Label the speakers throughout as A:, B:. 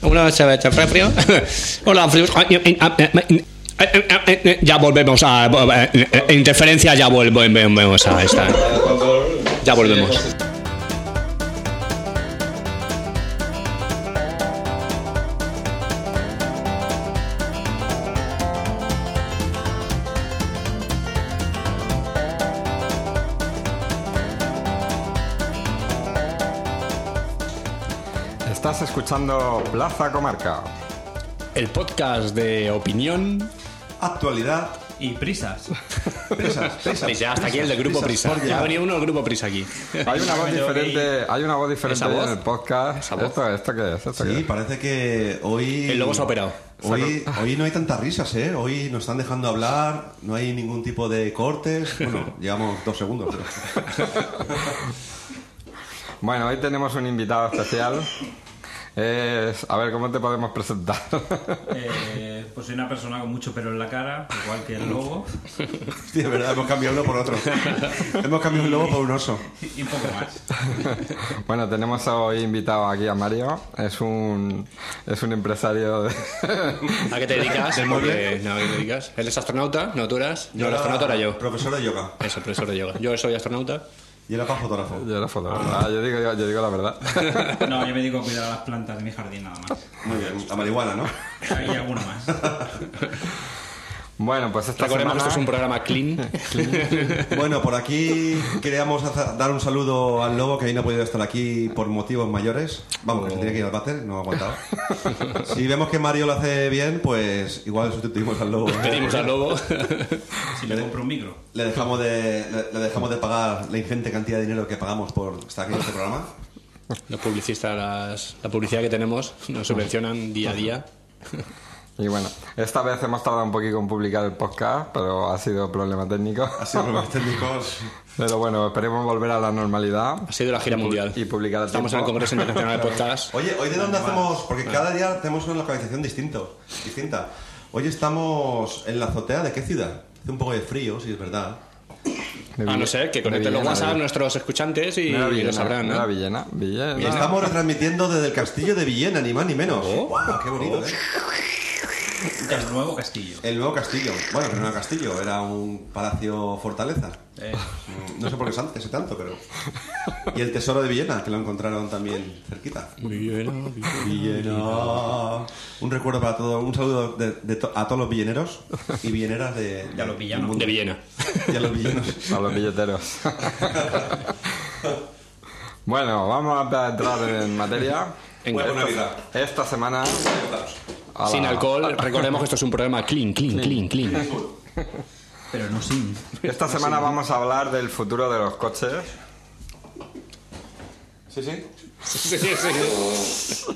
A: Una cerveza fría, fría. Hola, Ah, eh, fríos. eh, Ya volvemos a. eh, Interferencia, ya volvemos a esta. Ya volvemos.
B: Estás escuchando Plaza Comarca.
A: El podcast de opinión.
B: Actualidad.
C: Y prisas.
B: Prisas, prisas.
A: Ya, hasta aquí el del grupo Prisa.
B: por
A: Ya
B: llegar.
A: ha venido uno del grupo Prisa aquí.
B: Hay una voz
C: Yo
B: diferente, hay una voz diferente
A: ¿Esa
B: hoy
A: voz?
B: en el podcast.
A: ¿Esa voz?
B: ¿Esto, esto qué es? ¿Esto qué
D: Sí,
B: es?
D: parece que hoy.
A: El lobo se ha operado.
D: Hoy, hoy no hay tantas risas, ¿eh? Hoy nos están dejando hablar, no hay ningún tipo de cortes. Bueno, llevamos dos segundos. pero-
B: Bueno, hoy tenemos un invitado especial. Es- a ver, ¿cómo te podemos presentar?
C: Eh, pues soy una persona con mucho pelo en la cara, igual que el lobo,
D: Sí, de verdad, hemos cambiado uno por otro. hemos cambiado un lobo por un oso.
C: y poco más.
B: bueno, tenemos hoy invitado aquí a Mario. Es un, es un empresario de...
A: ¿A qué te dedicas? Porque- no, ¿a qué te dedicas? Él es astronauta, no tú eras. Yo era astronauta, era yo.
D: Profesor de yoga.
A: Eso, profesor de yoga. Yo soy astronauta.
D: Y era para fotógrafo.
B: yo era fotógrafo. Ah, yo digo, yo, yo digo la verdad.
C: No, yo me dedico a cuidar a las plantas de mi jardín nada más.
D: Muy bien, a marihuana, ¿no?
C: Y alguna más.
B: Bueno, pues esta
A: Recordemos que
B: semana...
A: esto es un programa clean.
D: Bueno, por aquí queríamos hacer- dar un saludo al lobo que hoy no ha podido estar aquí por motivos mayores. Vamos, que se tiene que ir al váter, no ha aguantado. Si vemos que Mario lo hace bien, pues igual sustituimos al lobo.
A: Pedimos al lobo.
C: Si le compro un micro.
D: Le dejamos de, le, le dejamos de pagar la ingente cantidad de dinero que pagamos por estar aquí en este programa.
A: Los publicistas, las- la publicidad que tenemos, nos subvencionan día a día.
B: Y bueno, esta vez hemos tardado un poquito en publicar el podcast, pero ha sido problema técnico.
D: Así problemas técnicos.
B: Pero bueno, esperemos volver a la normalidad.
A: Ha sido la gira mundial.
B: y publicar a
A: Estamos en
B: tiempo.
A: el Congreso Internacional de Podcast.
D: Oye, hoy de dónde hacemos, porque cada día tenemos una localización distinto, distinta. Hoy estamos en la azotea de qué ciudad? Hace un poco de frío, si es verdad.
B: De
A: A no
B: Ville-
A: ser que este
B: de
A: conecten los
B: Villena,
A: WhatsApp
B: de-
A: nuestros escuchantes y
B: no era
A: lo
B: Villena,
A: sabrán,
B: no era
A: ¿no?
B: Villena, Villena.
D: Estamos retransmitiendo desde el castillo de Villena, ni más ni menos.
C: Oh.
D: ¡Guau, ¡Qué bonito! ¿eh?
C: El nuevo castillo.
D: El nuevo castillo. Bueno, que no era castillo, era un palacio fortaleza.
C: Eh,
D: Mm, No sé por qué salte ese tanto, pero. Y el tesoro de Villena, que lo encontraron también cerquita. Villena. Un recuerdo para todos, un saludo de- de to- a todos los villeneros y villeneras de,
C: Y a los villanos.
D: del mundo.
A: De Villena.
D: Y a los villanos.
B: A los billeteros. bueno, vamos a entrar en materia.
A: Venga.
D: Buena vida.
B: Esta semana... a la-
A: Sin alcohol, recordemos que esto es un programa clean, clean, clean, clean.
C: pero no sin.
B: Esta semana vamos a hablar del futuro de los coches.
D: Sí, sí.
A: Sí, sí, sí.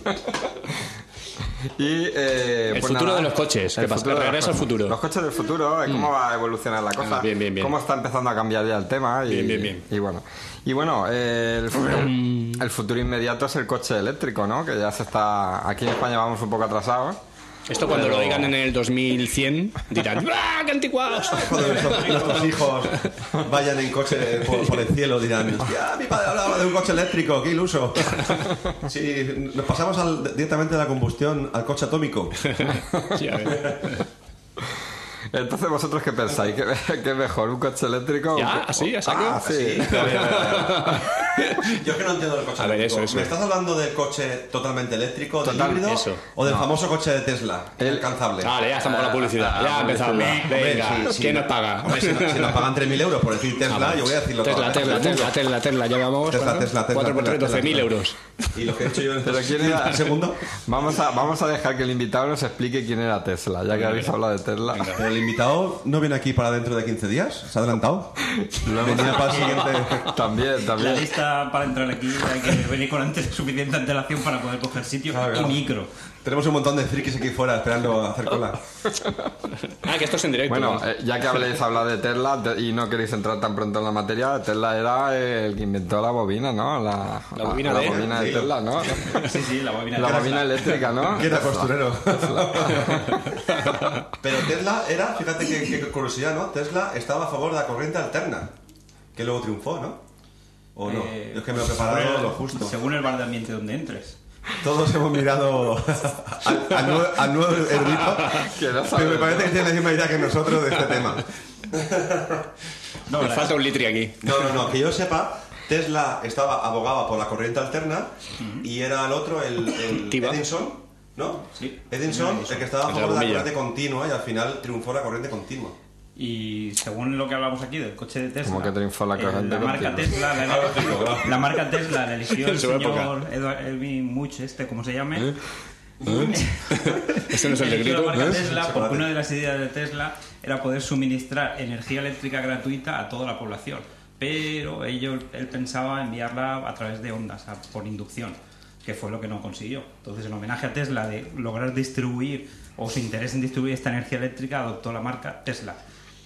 B: Y, eh,
A: El
B: pues
A: futuro
B: nada.
A: de los coches, ¿qué pasa?
B: futuro de
A: Regreso
B: los
A: al
B: coches.
A: futuro.
B: Los coches del futuro, eh, cómo va a evolucionar la cosa.
A: Ah, bien, bien, bien.
B: Cómo está empezando a cambiar ya el tema. Y,
A: Bien, bien, bien. Mm.
B: Y bueno, y bueno eh, el, futuro, el futuro inmediato es el coche eléctrico, ¿no? Que ya se está. Aquí en España vamos un poco atrasados.
A: Esto cuando lo oigan en el 2100 dirán ¡Ah, qué anticuados!
D: Cuando nuestros, nuestros hijos vayan en coche por, por el cielo dirán, hostia, mi padre hablaba de un coche eléctrico, qué iluso. Si nos pasamos al- directamente de la combustión al coche atómico.
A: Sí, a ver.
B: Entonces, ¿vosotros qué pensáis? ¿Qué, qué es mejor? ¿Un coche eléctrico?
A: ¿Ya?
B: ¿Un co-
A: ¿Así? ¿A saco?
B: Ah, sí.
D: Yo es que no entiendo del coche
A: A ver, eso,
D: eléctrico.
A: eso.
D: ¿Me estás hablando del coche totalmente eléctrico, del
B: Total-
D: híbrido
A: eso. Ah,
D: o del famoso coche de Tesla,
B: El-
D: inalcanzable?
A: Vale, ya estamos con la publicidad. Ya empezamos.
D: Hombre,
A: Venga,
D: sí, sí.
A: ¿quién nos paga?
D: Hombre, si, no- si nos pagan 3.000 euros por decir Tesla, yo voy a decirlo todo.
A: Ah, Tesla, Tesla, Tesla, Tesla, Tesla, ya vamos.
D: Tesla,
A: ¿cuánto?
D: Tesla, Tesla,
A: 4 por 3,
D: Tesla, Tesla,
A: 12.000 euros.
D: Y lo que he hecho yo en
B: Pero
D: estos
B: ¿quién era?
D: un segundo.
B: Vamos a, vamos a dejar que el invitado nos explique quién era Tesla, ya que habéis hablado de Tesla.
D: Pero el invitado no viene aquí para dentro de 15 días, se ha adelantado. Venía para el siguiente.
B: También,
C: La
B: también.
C: lista para entrar aquí hay que venir con antes suficiente antelación para poder coger sitio
D: Claro,
C: y
D: claro.
C: micro.
D: Tenemos un montón de frikis aquí fuera esperando a hacer cola.
A: Ah, que esto es en directo.
B: Bueno,
A: ¿no?
B: eh, ya que habléis hablado de Tesla te- y no queréis entrar tan pronto en la materia, Tesla era eh, el que inventó la bobina, ¿no? La,
A: La bobina de-
B: bobina de
D: sí.
B: Tesla, ¿no?
C: Sí, sí, la bobina.
B: La
C: de
B: bobina eléctrica, ¿no?
D: ¿Qué era costurero? Pero Tesla era, fíjate qué, qué curiosidad, ¿no? Tesla estaba a favor de la corriente alterna, que luego triunfó, ¿no? ¿O no?
C: Eh,
D: Yo es que me lo he
C: pues,
D: preparado
C: según el-
D: lo justo.
C: Según el bar de ambiente donde entres.
D: Todos hemos mirado al- al nuevo- al nuevo erudito,
B: Que no sabe,
D: pero me parece
B: ¿no?
D: que tiene la misma idea que nosotros de este tema.
C: eh,
A: Me falta un litri aquí.
D: No, no, no, que yo sepa, Tesla estaba abogaba por la corriente alterna y era el otro, el, el
A: Tiva.
D: Edison, ¿no?
C: Sí.
D: Edison, el que estaba a
A: El de la
D: favor de la
A: bombilla.
D: corriente continua y al final triunfó la corriente continua.
C: Y según lo que hablamos aquí del coche de Tesla,
B: Como que triunfó la
C: eh,
B: corriente
C: marca
B: continua.
A: Ah,
C: Tesla, la, la marca Tesla la eligió
A: En
C: el
A: su
C: señor
A: época.
C: Edward Elvin Much, este, como se llame.
A: ¿Eh? Este no es el de
C: Eligió la
A: grito.
C: marca
A: ¿eh?
C: Tesla
D: Chocolate.
C: porque una de las ideas de Tesla era poder suministrar energía eléctrica gratuita a toda la población. Pero ello- él pensaba enviarla a través de ondas, a- por inducción, que fue lo que no consiguió. Entonces, en homenaje a Tesla de lograr distribuir o su interés en distribuir esta energía eléctrica, adoptó la marca Tesla.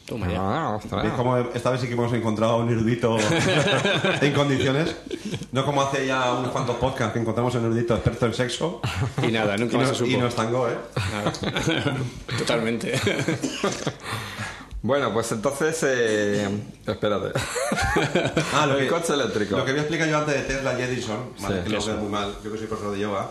A: Toma ya.
B: Ah, ostras.
D: ¿Veis cómo esta vez sí que hemos encontrado a un erudito en condiciones? No como hace ya unos cuantos podcasts que encontramos a un erudito experto en sexo
A: Y nada,
D: y
A: nunca más se
D: nos, y
A: supo.
D: nos tangó, ¿eh?
A: Nada. Totalmente.
B: Bueno, pues entonces. eh, Espérate.
D: Ah,
B: El coche eléctrico.
D: Lo que voy a explicar yo antes de Tesla y Edison, ¿vale?
B: Sí, Hmm.
D: que lo
A: eso.
D: veo muy mal, yo que soy profesor de yoga,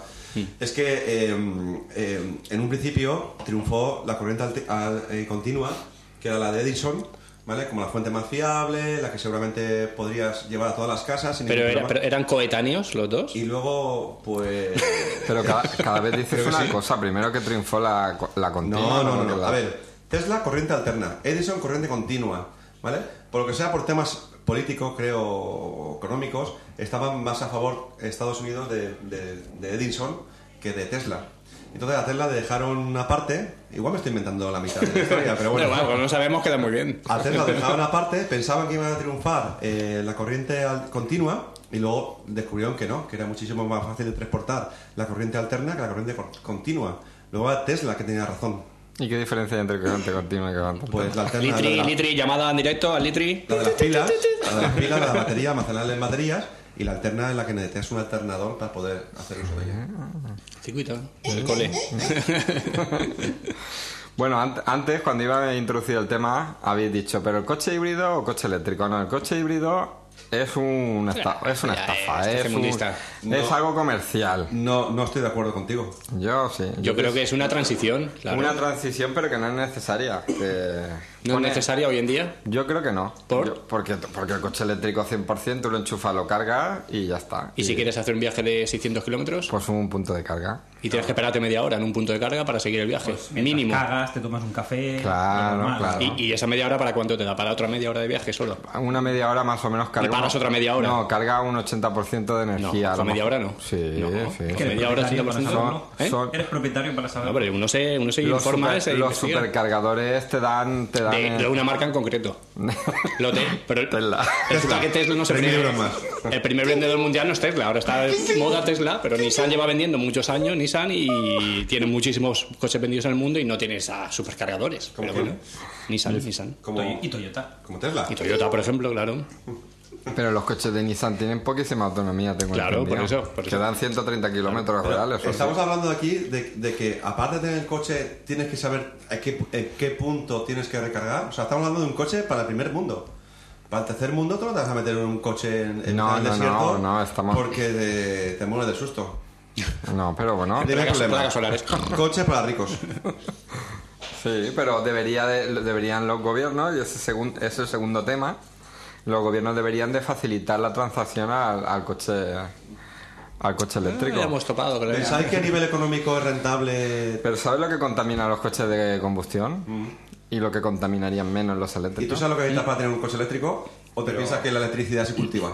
D: es que eh, eh, en un principio triunfó la corriente alti- al- eh, continua, que era la de Edison, ¿vale? Como la fuente más fiable, la que seguramente podrías llevar a todas las casas. sin
A: Pero,
D: ningún
A: era-
D: problema.
A: pero eran coetáneos los dos.
D: Y luego, pues...
B: Pero cada, cada vez dices
D: Creo que
B: una
D: sí.
B: cosa. Primero que triunfó la, co- la continua.
D: No, no, no,
B: Que
D: no.
B: la-
D: A ver, Tesla corriente alterna, Edison corriente continua, ¿vale? Por lo que sea, por temas políticos, creo, o económicos, estaban más a favor Estados Unidos de, de- de Edison que de Tesla. Entonces a Tesla le dejaron una parte, igual me estoy inventando la mitad de la historia, pero
A: Bueno,
D: bueno. Ah,
A: bueno, como no sabemos, queda muy bien.
D: A Tesla dejaron aparte, pensaban que iban a triunfar eh, la corriente al- continua y luego descubrieron que no, que era muchísimo más fácil de transportar la corriente alterna que la corriente cor- continua. Luego era Tesla que tenía razón.
B: ¿Y qué diferencia hay entre corriente continua y corriente
D: Pues la alterna
A: Litri,
D: la, de la-
A: litri, llamada en directo al litri.
D: la de las pilas, la de las pilas, la de la batería, almacenarla en baterías y la alterna es la que necesitas un alternador para poder hacer uso de ella.
A: Circuito. El cole.
B: Bueno, an- antes, cuando iba a introducir el tema, habéis dicho, ¿pero el coche híbrido o coche eléctrico? No, el coche híbrido es, un esta- es una
A: ya, eh,
B: estafa, es, un-
A: tercermundista.
B: es
D: No.
B: algo comercial.
D: No, no estoy de acuerdo contigo.
B: Yo sí.
A: Yo creo que es una transición. claro.
B: Una transición, pero que no es necesaria. que
A: No es
B: pone-
A: necesaria hoy en día.
B: Yo creo que no.
A: ¿Por?
B: Yo- porque, porque el coche eléctrico 100% tú lo enchufas, lo cargas y ya está.
A: Y si quieres hacer un viaje de 600 kilómetros
B: Pues un punto de carga.
A: y tienes que esperarte media hora en un punto de carga para seguir el viaje,
C: Pues, Mientras
A: mínimo.
C: cagas, te tomas un café.
B: Claro,
C: lo normal.
B: claro.
A: Y, y esa media hora para cuánto te da? Para otra media hora de viaje solo.
B: Una media hora más o menos carga.
A: paras
B: uno-
A: otra media hora?
B: No, carga un 80% de
A: No,
B: energía. a
A: con
B: lo
A: media
B: mejor.
A: hora no.
B: Sí,
A: No,
B: sí.
A: con
B: sí.
C: Eres
A: media hora
C: propietario
A: 100%.
C: para
A: no.
C: saberlo.
A: ¿Eh?
B: Son-
C: Eres propietario para
A: No,
C: saberlo.
A: pero uno se, uno se
B: Los,
A: informa,
B: super-
A: se
B: los
A: investiga.
B: supercargadores te dan. Te dan
A: de,
B: eh,
A: de una marca en concreto. Lo te- pero el-
B: Tesla.
A: resulta que Tesla no se
D: 3.000
A: prende.
D: euros más.
A: El primer vendedor mundial no es Tesla, ahora está en moda Tesla, pero Nissan lleva vendiendo muchos años Nissan y tiene muchísimos coches vendidos en el mundo y no tiene esas supercargadores.
D: ¿Cómo
A: Pero
D: que
A: bueno,
D: no?
A: Nissan, Nissan.
D: Como,
C: Toy- Y Toyota.
D: como Tesla.
A: Y Toyota, por ejemplo, claro.
B: Pero los coches de Nissan tienen poquísima autonomía, tengo
A: Claro,
B: entendido.
A: por eso, por
B: Que
A: eso.
B: dan 130 kilómetros
D: Pero
B: reales. o
D: estamos
B: sea.
D: hablando aquí de, de que aparte de tener el coche tienes que saber a qué, en qué punto tienes que recargar. O sea, estamos hablando de un coche para el primer mundo. Para el tercer mundo tú no te vas a meter en un coche en, en
B: No,
D: el
B: no, no,
D: desierto
B: no, estamos-
D: porque de- te mueres de susto.
B: No, pero bueno.
D: Primer
A: Placas-
D: problema.
A: placas solares.
D: Coche para ricos.
B: Sí, pero debería de- deberían los gobiernos, y ese segun- ese es el segundo tema, los gobiernos deberían de facilitar la transacción al, al coche al coche eléctrico.
A: Ah, Ya hemos topado con la-
D: ¿Pensáis que a nivel económico es rentable?
B: pero ¿sabes lo que contaminan los coches de combustión? Y lo que contaminarían menos los
D: Mm. ¿Y tú
B: eléctricos.
D: sabes lo que necesitas para tener un coche eléctrico? ¿O te piensas que la electricidad se cultiva?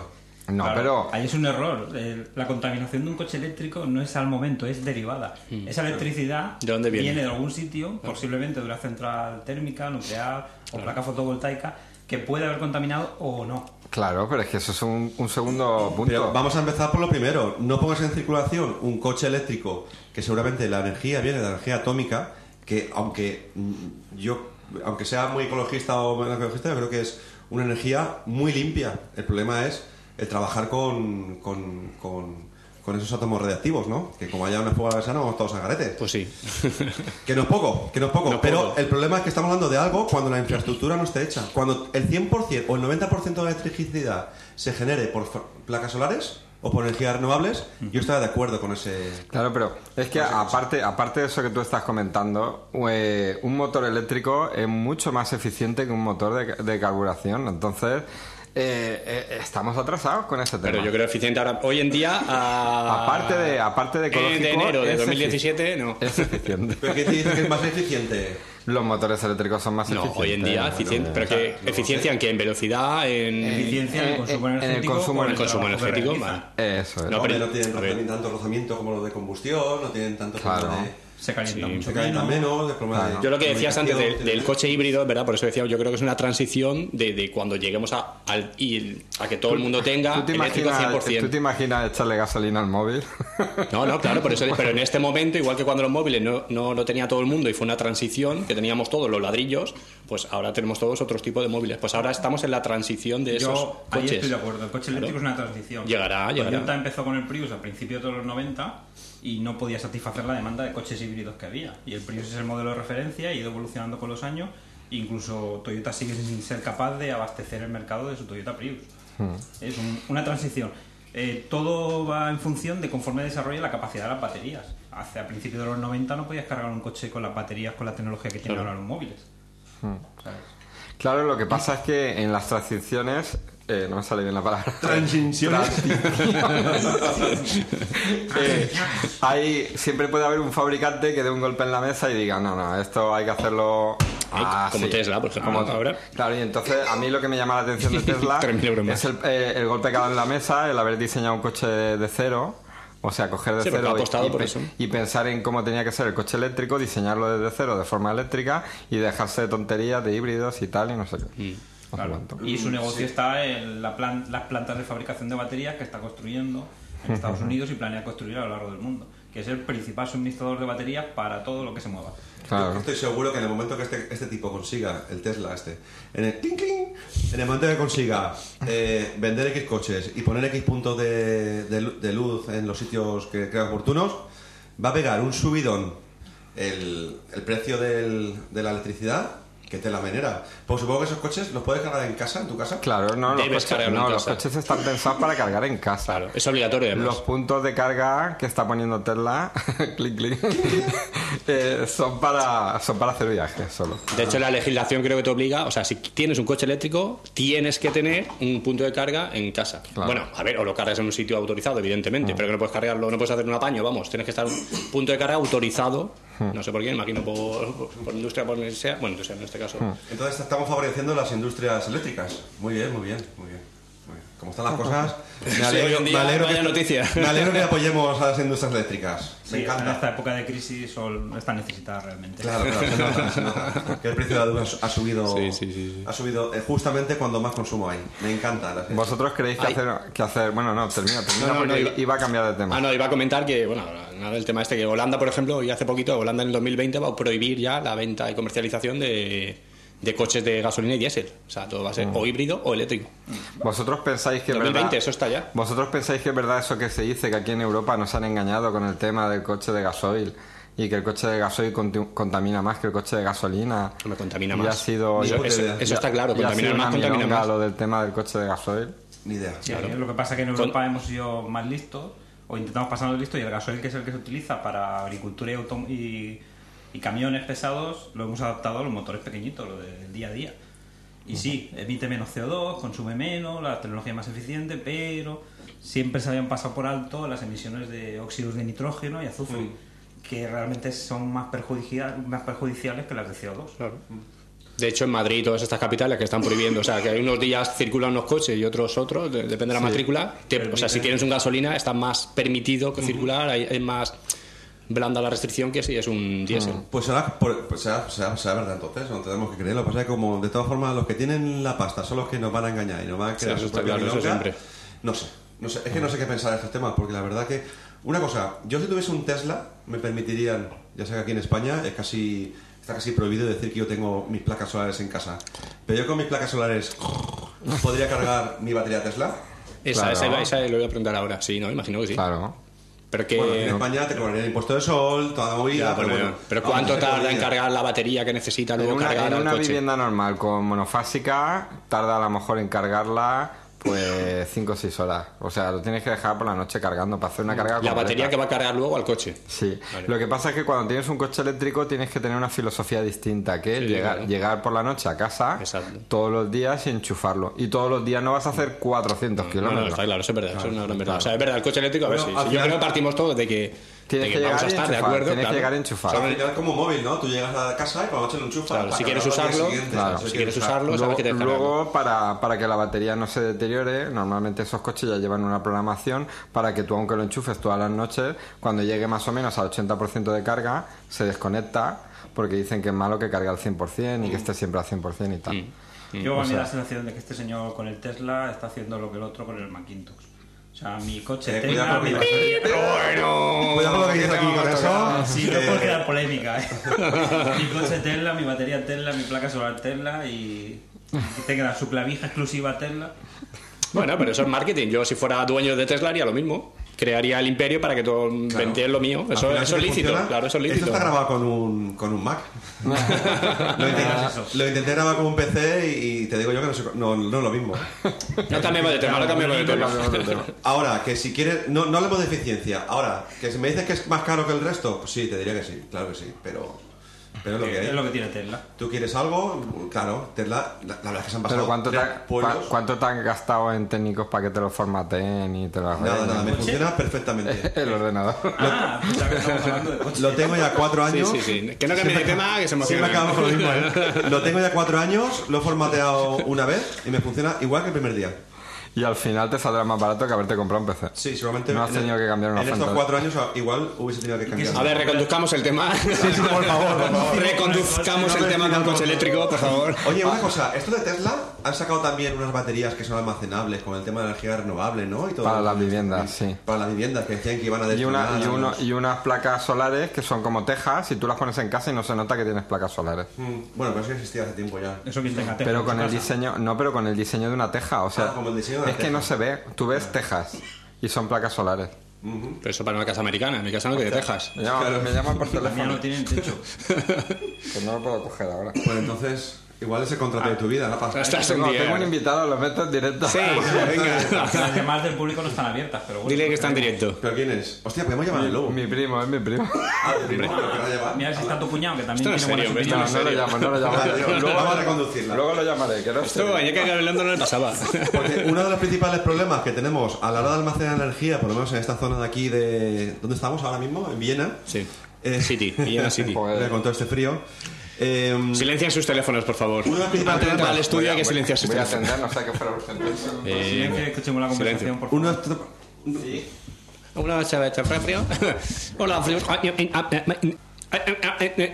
B: No,
C: Claro,
B: pero
C: Ahí es un error. Eh, La contaminación de un coche eléctrico no es al momento, es derivada. Esa electricidad
A: Hmm. ¿De dónde viene?
C: de algún sitio, posiblemente de una central térmica, nuclear o placa fotovoltaica, que puede haber contaminado o no.
B: claro, pero es que eso es un, un segundo punto.
D: Pero vamos a empezar por lo primero. No pongas en circulación un coche eléctrico que seguramente la energía viene de la energía atómica, que aunque mm, yo, aunque sea muy ecologista o menos ecologista, yo creo que es una energía muy limpia. El problema es el trabajar con, con, con- con esos átomos radiactivos, ¿no? Que como haya una fuga de gasa, no vamos todos a garete.
A: Pues sí.
D: Que no es poco, que no es poco.
A: No es
D: pero
A: poco.
D: el problema es que estamos hablando de algo cuando la infraestructura no esté hecha. Cuando el 100% o el 90% de la electricidad se genere por fa- placas solares, o por energías renovables, yo estaba de acuerdo con ese...
B: Claro, pero es que aparte, aparte de eso que tú estás comentando, eh, un motor eléctrico es mucho más eficiente que un motor de, de carburación. Entonces, eh, eh, estamos atrasados con ese tema.
A: Pero yo creo eficiente ahora. Hoy en día, a-
B: Aparte de- aparte de
A: Eh,
B: ecológico,
A: de enero de
B: es
A: 2017, no.
B: Es eficiente.
D: ¿Pero qué te dice que es más eficiente?
B: Los motores eléctricos son más
A: No,
B: eficientes.
A: hoy en día,
B: Bueno,
A: eficiente, pero que eficiencia en qué, en velocidad, en...
C: Eficiencia en el consumo
B: Eh, en el
C: energético.
B: consumo-
C: por
B: en el
A: consumo
C: trabajo que
A: energético,
C: realizan.
A: vale.
B: Eso es.
A: No,
D: No,
A: pero-
D: no tienen
A: a ver.
D: rozamiento- tanto rozamiento como lo de combustión, no tienen tanto
B: Claro.
D: problema de...
C: Se calienta
A: Sí.
C: mucho
D: Se calienta
C: menos.
D: menos, de problema de
A: Yo lo que decías antes del,
D: comunicación,
A: del coche híbrido, ¿verdad? Por eso decía, yo creo que es una transición de, de cuando lleguemos a, al- y el- a que todo el mundo tenga
B: ¿Tú te,
A: eléctrico
B: imaginas,
A: 100%.
B: ¿Tú te imaginas echarle gasolina al móvil?
A: No, no, claro, por eso, pero en este momento, igual que cuando los móviles no, no lo tenía todo el mundo y fue una transición que teníamos todos los ladrillos, pues ahora tenemos todos otros tipos de móviles. Pues ahora estamos en la transición de esos
C: Yo ahí
A: coches.
C: estoy de acuerdo. El coche
A: Claro.
C: eléctrico es una transición.
A: Llegará, llegará.
C: Toyota empezó con el Prius al principio de los 90 y no podía satisfacer la demanda de coches híbridos que había. Y el Prius es el modelo de referencia, ha ido evolucionando con los años. Incluso Toyota sigue sin ser capaz de abastecer el mercado de su Toyota Prius. Es un- una transición. Eh, todo va en función de conforme desarrolla la capacidad de las baterías. Hace a principios de los 90 no podías cargar un coche con las baterías, con la tecnología que tienen
A: Claro.
C: ahora los móviles. ¿Sabes?
B: Claro, lo que pasa es que en las transiciones. eh, no me sale bien la palabra.
D: Transiciones.
B: Eh, hay, siempre puede haber un fabricante que dé un golpe en la mesa y diga, no, no, esto hay que hacerlo. ah,
A: como
B: sí".
A: Tesla, por ejemplo, ahora.
B: Claro, y entonces a mí lo que me llama la atención de Tesla
A: 3.000 euros más.
B: es el, eh, el golpe que ha dado en la mesa, el haber diseñado un coche de, de cero. O sea, coger de
A: Sí, porque
B: cero
A: ha apostado
B: y,
A: por
B: pe-
A: eso.
B: y pensar en cómo tenía que ser el coche eléctrico, diseñarlo desde cero de forma eléctrica y dejarse de tonterías de híbridos y tal y no sé qué. No sé
C: Claro.
B: cuánto.
C: Y su negocio está en la plan- las plantas de fabricación de baterías que está construyendo en Estados Unidos y planea construir a lo largo del mundo, que es el principal suministrador de baterías para todo lo que se mueva.
D: Yo
B: Claro.
D: Estoy seguro que en el momento que este, este tipo consiga, el Tesla este, en el, clink, clink, en el momento que consiga eh, vender X coches y poner X puntos de, de lu- de luz en los sitios que crean oportunos, va a pegar un subidón el, el precio del- de la electricidad que te la venera. Pues supongo que esos coches los puedes cargar en casa, en tu casa.
B: Claro, no, los
A: Debes
B: coches,
A: cargarlo en
B: no, los
A: casa.
B: coches están pensados para cargar en casa.
A: Claro, es obligatorio además.
B: Los puntos de carga que está poniendo Tesla, clic, clic, eh, son, para, son para hacer viajes solo.
A: De hecho, la legislación creo que te obliga, o sea, si tienes un coche eléctrico, tienes que tener un punto de carga en casa.
B: Claro. Ah.
A: Bueno, a ver, o lo cargas en un sitio autorizado, evidentemente, pero que no puedes cargarlo, no puedes hacer un apaño, vamos, tienes que estar un punto de carga autorizado,
B: Hmm.
A: no sé por quién, imagino por, por- por industria, por lo que sea, bueno, industria en este caso.
B: Hmm.
D: Entonces estamos favoreciendo las industrias eléctricas. Muy bien, muy bien, muy bien. muy bien. Como están las cosas,
A: Sí, hoy en día, vaya noticia.
D: me alegro que apoyemos a las industrias eléctricas. Me
C: Sí,
D: encanta.
C: En esta época de crisis son- está necesitada realmente.
D: Claro, claro, se nota, se nota. Que el precio de la luz ha subido,
A: Sí, sí, sí, sí.
D: ha subido eh, justamente cuando más consumo hay. Me encanta. la-
B: ¿Vosotros creéis que
A: Ay.
B: hacer, que hacer.? Bueno, no, termina, termina
A: No, no,
B: porque
A: no, iba-
B: iba, a cambiar de tema.
A: Ah, no, iba a comentar que, bueno, nada del tema este, que Holanda, por ejemplo, y hace poquito, Holanda en el 2020 va a prohibir ya la venta y comercialización de, de coches de gasolina y diésel. O sea, todo va a ser o híbrido o eléctrico.
B: ¿Vosotros pensáis Hmm. que. es
A: 2020,
B: verdad-
A: eso está ya.
B: ¿Vosotros pensáis que es verdad eso que se dice que aquí en Europa nos han engañado con el tema del coche de gasoil? Y que el coche de gasoil conti- contamina más que el coche de gasolina.
A: Me contamina
B: Y
A: más.
B: ha sido.
A: Eso-
B: y-
A: eso-
B: y-
A: eso está
B: y-
A: claro,
B: y ha
A: contaminar
B: sido
A: más,
B: una
A: contamina
B: milonga
A: más.
B: lo del tema del coche de gasoil.
D: Ni idea.
C: Sí, Lo que pasa es que en
A: Con-
C: Europa hemos sido más listos, o intentamos pasarnos listos, y el gasoil, que es el que se utiliza para agricultura y, autom- y- y camiones pesados, lo hemos adaptado a los motores pequeñitos, lo del día a día. Y sí, emite menos CO2, consume menos, la tecnología es más eficiente, pero siempre se habían pasado por alto las emisiones de óxidos de nitrógeno y azufre, que realmente son más, perjudicia- más perjudiciales que las de CO2.
A: De hecho, en Madrid y todas estas capitales que están prohibiendo, o sea, que hay unos días circulan unos coches y otros otros, de- depende de la matrícula. Te- o sea, si tienes un gasolina, está más permitido que circular, hay- es más blanda la restricción que si es un diésel.
B: Mm,
D: Pues será, por- pues será, será- será verdad entonces, no tenemos que creerlo. Lo que pasa es que como de todas formas los que tienen la pasta son los que nos van a engañar y nos van a crear
A: eso
D: su
A: está
D: propia
A: claro, eso
D: milonga.
A: siempre.
D: No sé, no sé, es que no sé qué pensar de estos temas, porque la verdad que una cosa, yo si tuviese un Tesla me permitirían, ya sé que aquí en España es casi está casi prohibido decir que yo tengo mis placas solares en casa, pero yo con mis placas solares podría cargar mi batería Tesla.
A: Esa,
B: Claro.
A: esa, iba- esa lo voy a preguntar ahora, sí, no, imagino que sí.
B: Claro.
A: Pero que.
D: Bueno, aquí en España te cobraría el impuesto de sol, toda la movida,
A: Ya, pero,
D: pero bueno.
A: pero
D: vamos,
A: ¿cuánto
D: se
A: tarda en
D: podría.
A: cargar la batería que necesita
B: En
A: luego
B: una,
A: cargar
B: en
A: al
B: una
A: coche?
B: vivienda normal con monofásica tarda a lo mejor en cargarla pues 5 o 6 horas. O sea, lo tienes que dejar por la noche cargando para hacer una carga
A: Mm. La
B: completa.
A: batería que va a cargar luego al coche.
B: Sí,
A: Vale.
B: lo que pasa es que cuando tienes un coche eléctrico tienes que tener una filosofía distinta, que es
A: Sí,
B: llegar,
A: claro.
B: llegar por la noche a casa
A: Exacto.
B: todos los días y enchufarlo. Y todos los días no vas a hacer 400
A: No, no,
B: kilómetros.
A: está claro, eso es verdad. eso es una gran verdad. O sea, es verdad, el coche eléctrico, a ver
D: Bueno,
A: si.
D: al
A: si Yo
D: final-
A: creo que partimos todos de que,
B: Tienes
A: de
B: que
A: que vamos
B: llegar
A: a
B: y
A: estar de
B: enchufar,
A: acuerdo.
B: tienes que
A: claro.
B: llegar y enchufar.
A: O sea,
D: Al final como móvil, ¿no? Tú llegas a casa y por la noche lo enchufas.
A: Claro,
D: para
A: si quieres
D: cargarlo al día
A: usarlo,
D: siguiente,
A: claro,
D: ¿sabes?
A: si quieres usarlo, sabes que te
B: Luego,
A: descargas.
B: luego, para, para que la batería no se deteriore, normalmente esos coches ya llevan una programación para que tú, aunque lo enchufes todas las noches, cuando llegue más o menos al 80% de carga, se desconecta porque dicen que es malo que cargue al 100% y
A: Mm.
B: que esté siempre al 100% y tal.
C: Yo a mí da la sensación de que este señor con el Tesla está haciendo lo que el otro con el Macintosh. O sea, mi coche
D: Eh,
C: Tesla,
D: cuidado,
C: mi
D: cuidado.
B: Bueno,
D: Cuidado con pues lo que dices aquí con eso.
C: Sí, no
D: Eh,
C: puedo crear polémica. ¿eh? mi coche Tesla, mi batería Tesla, mi placa solar Tesla y que tenga su clavija exclusiva Tesla.
A: Bueno, pero eso es marketing. Yo, si fuera dueño de Tesla, haría lo mismo. Crearía el imperio para que todo vendiera lo mío.
D: al
A: Eso,
D: final,
A: eso
D: si
A: es
D: te
A: lícito.
D: funciona,
A: Claro, eso es lícito.
D: Esto está grabado con un, con un Mac. lo,
C: hagas
D: intenté,
C: eso.
D: lo intenté grabar con un PC y, y te digo yo que no, se- no, no es lo mismo.
A: No cambiemos de tema, no cambiemos de tema.
D: Ahora, que si quieres, no, no hablemos de eficiencia. Ahora, que si me dices que es más caro que el resto, pues sí, te diría que sí, claro que sí, pero, pero es lo que
C: Es lo
D: hay.
C: que tiene Tesla.
D: Tú quieres algo, claro, Tesla, la, la verdad es que se han pasado
B: Pero ¿cuánto te,
D: tres
B: ha-
D: pueblos.
B: cua- ¿cuánto te han gastado en técnicos para que te lo formateen y te lo
D: Nada,
B: arreglen?
D: nada, me
C: ¿Coche?
D: funciona perfectamente.
B: El ordenador.
C: Ah, pensaba que estamos hablando de coches.
D: Lo tengo ya cuatro
A: Sí,
D: años.
A: sí, sí. Que no cambie de tema, que se
D: Siempre
A: emociona.
D: acabamos con lo mismo, ¿eh? Lo tengo ya cuatro años, lo he formateado una vez y me funciona igual que el primer día.
B: Y al final te saldrá más barato que haberte comprado un PC.
D: Sí, seguramente.
B: No has
D: en-
B: tenido que cambiar una
D: En estos
B: fuente.
D: cuatro años igual hubiese tenido que cambiar.
A: A ver, reconduzcamos el tema.
D: por favor, por favor.
A: Reconduzcamos el tema con coche eléctrico, por favor.
D: Oye, una cosa, esto de Tesla han sacado también unas baterías que son almacenables con el tema de energía renovable, ¿no? Y todo
B: Para las viviendas, sí.
D: Para las viviendas que decían que iban a
B: Y, una,
D: destronar
B: y,
D: a
B: uno-
D: los-
B: y unas placas solares que son como tejas y tú las pones en casa y no se nota que tienes placas solares.
D: Mm, Bueno, pero eso existía hace tiempo ya.
C: Eso quien tenga Tesla.
B: Pero
C: en
B: con
C: su
B: el
C: casa.
B: diseño, no, pero con el diseño de una teja, o sea,
D: Ah, como el diseño de la
B: es que
D: teja. Ah.
B: no se ve, tú ves tejas y son placas solares.
A: Pero eso para una casa americana, en mi casa no que de Texas.
B: Me llaman, me llaman por
C: La mía
B: teléfono,
C: no tiene techo.
B: que no lo puedo coger ahora.
D: Bueno, Pues entonces, igual es el contrato de tu vida, ¿no? Para-
A: Estás en
B: Tengo, tengo un
A: directo.
B: invitado, lo meto en directo.
A: Sí, venga.
C: Las llamadas del público no están abiertas, pero bueno.
A: Dile que está en directo.
D: ¿Pero quién es? Hostia, podemos llamar al lobo.
B: Mi primo, es mi primo.
D: Ah, tu primo, ¿lo querrá llevar?
C: Mira si está tu cuñado, que también
A: Esto no es
C: tiene buenas
A: serio, hombre,
B: No,
A: ¿En
B: no
C: opiniones.
B: lo
A: serio?
B: llamo, no lo llamo.
D: Vale, yo-
B: Luego-
D: vamos a reconducirla.
B: Luego lo llamaré, que no sé.
A: Esto, ayer que Gabrielando no le pasaba.
D: Porque uno de los principales problemas que tenemos a la hora de almacenar energía, por lo menos en esta zona de aquí de... ¿Dónde estamos ahora mismo? En Viena.
A: Sí.
D: Eh,
A: City, Villena City.
B: Joder.
D: Con todo este frío. Eh,
A: Silencien sus teléfonos, por favor.
D: Uno de los principales
A: Antes de entrar al
D: problemas.
A: estudio hay que
B: Voy a-
A: silenciar sus
B: Voy a
A: teléfonos.
B: atender, no sé qué fuera urgente.
A: Eh,
C: Silencio, escuchemos la conversación,
A: silencio.
C: por favor.
D: uno de los-
A: Una chaveta frío. Hola, frío.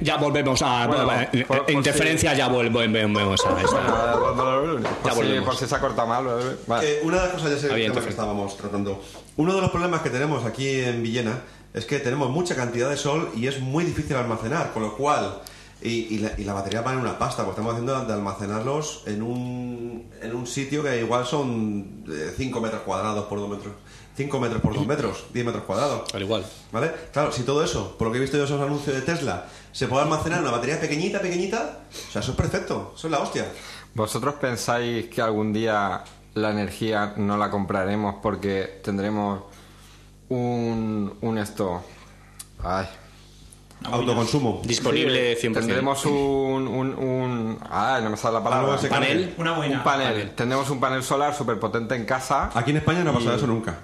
A: Ya volvemos a.
B: Bueno,
A: eh,
B: por- por
A: interferencia, ya volvemos a esto.
B: Por si,
A: volvemos.
B: por si se ha cortado mal. ¿vale? Vale.
D: Eh, una de las cosas, ya sé el
A: Había
D: tema que
A: interferencia.
D: estábamos tratando. Uno de los problemas que tenemos aquí en Villena es que tenemos mucha cantidad de sol y es muy difícil almacenar, con lo cual. Y, y la, y la batería va en una pasta, porque estamos haciendo de almacenarlos en un, en un sitio que igual son 5 metros cuadrados por 2 metros. 5 metros por 2 metros, 10 metros cuadrados.
A: Al igual.
D: ¿Vale? Claro, si todo eso, por lo que he visto yo esos anuncios de Tesla, se puede almacenar en una batería pequeñita, pequeñita, o sea, eso es perfecto, eso es la hostia.
B: ¿Vosotros pensáis que algún día la energía no la compraremos porque tendremos un, un esto? Ay.
D: Autoconsumo.
A: Disponible
B: Sí,
A: 100%.
B: Tendremos un, un, un- Ay, no me sale la palabra.
D: Algo se-
A: Panel.
C: Una buena.
B: Un panel.
A: Panel.
B: Tendremos un panel solar súper potente en casa.
D: Aquí en España no ha pasado eso nunca.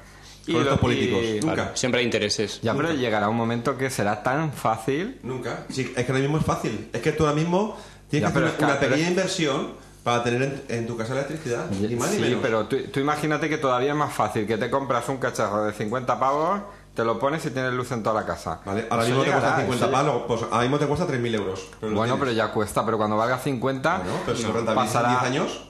B: y
D: Con
B: lo-
D: estos políticos.
B: y-
D: nunca.
A: Claro, siempre hay intereses.
B: Ya, pero llegará un momento que será tan fácil
D: Nunca. Sí, es que ahora mismo es fácil. Es que tú ahora mismo
B: Ya,
D: tienes que
B: pero
D: hacer
B: es que-
D: una
B: pero
D: pequeña
B: es-
D: inversión para tener en, en tu casa electricidad. Ni más
B: sí,
D: ni menos.
B: pero tú, tú imagínate que todavía es más fácil que te compras un cacharro de 50 pavos, te lo pones y tienes luz en toda la casa.
D: Vale, ahora
B: Eso
D: mismo te
B: llegará,
D: cuesta 50
B: eso lleg-
D: palos. Pues ahora mismo te cuesta 3.000 euros. lo
B: Bueno, pero
D: tienes.
B: ya cuesta, pero cuando valga 50,
D: Bueno, pero si lo
B: no,
D: rentabilizas en 10 años.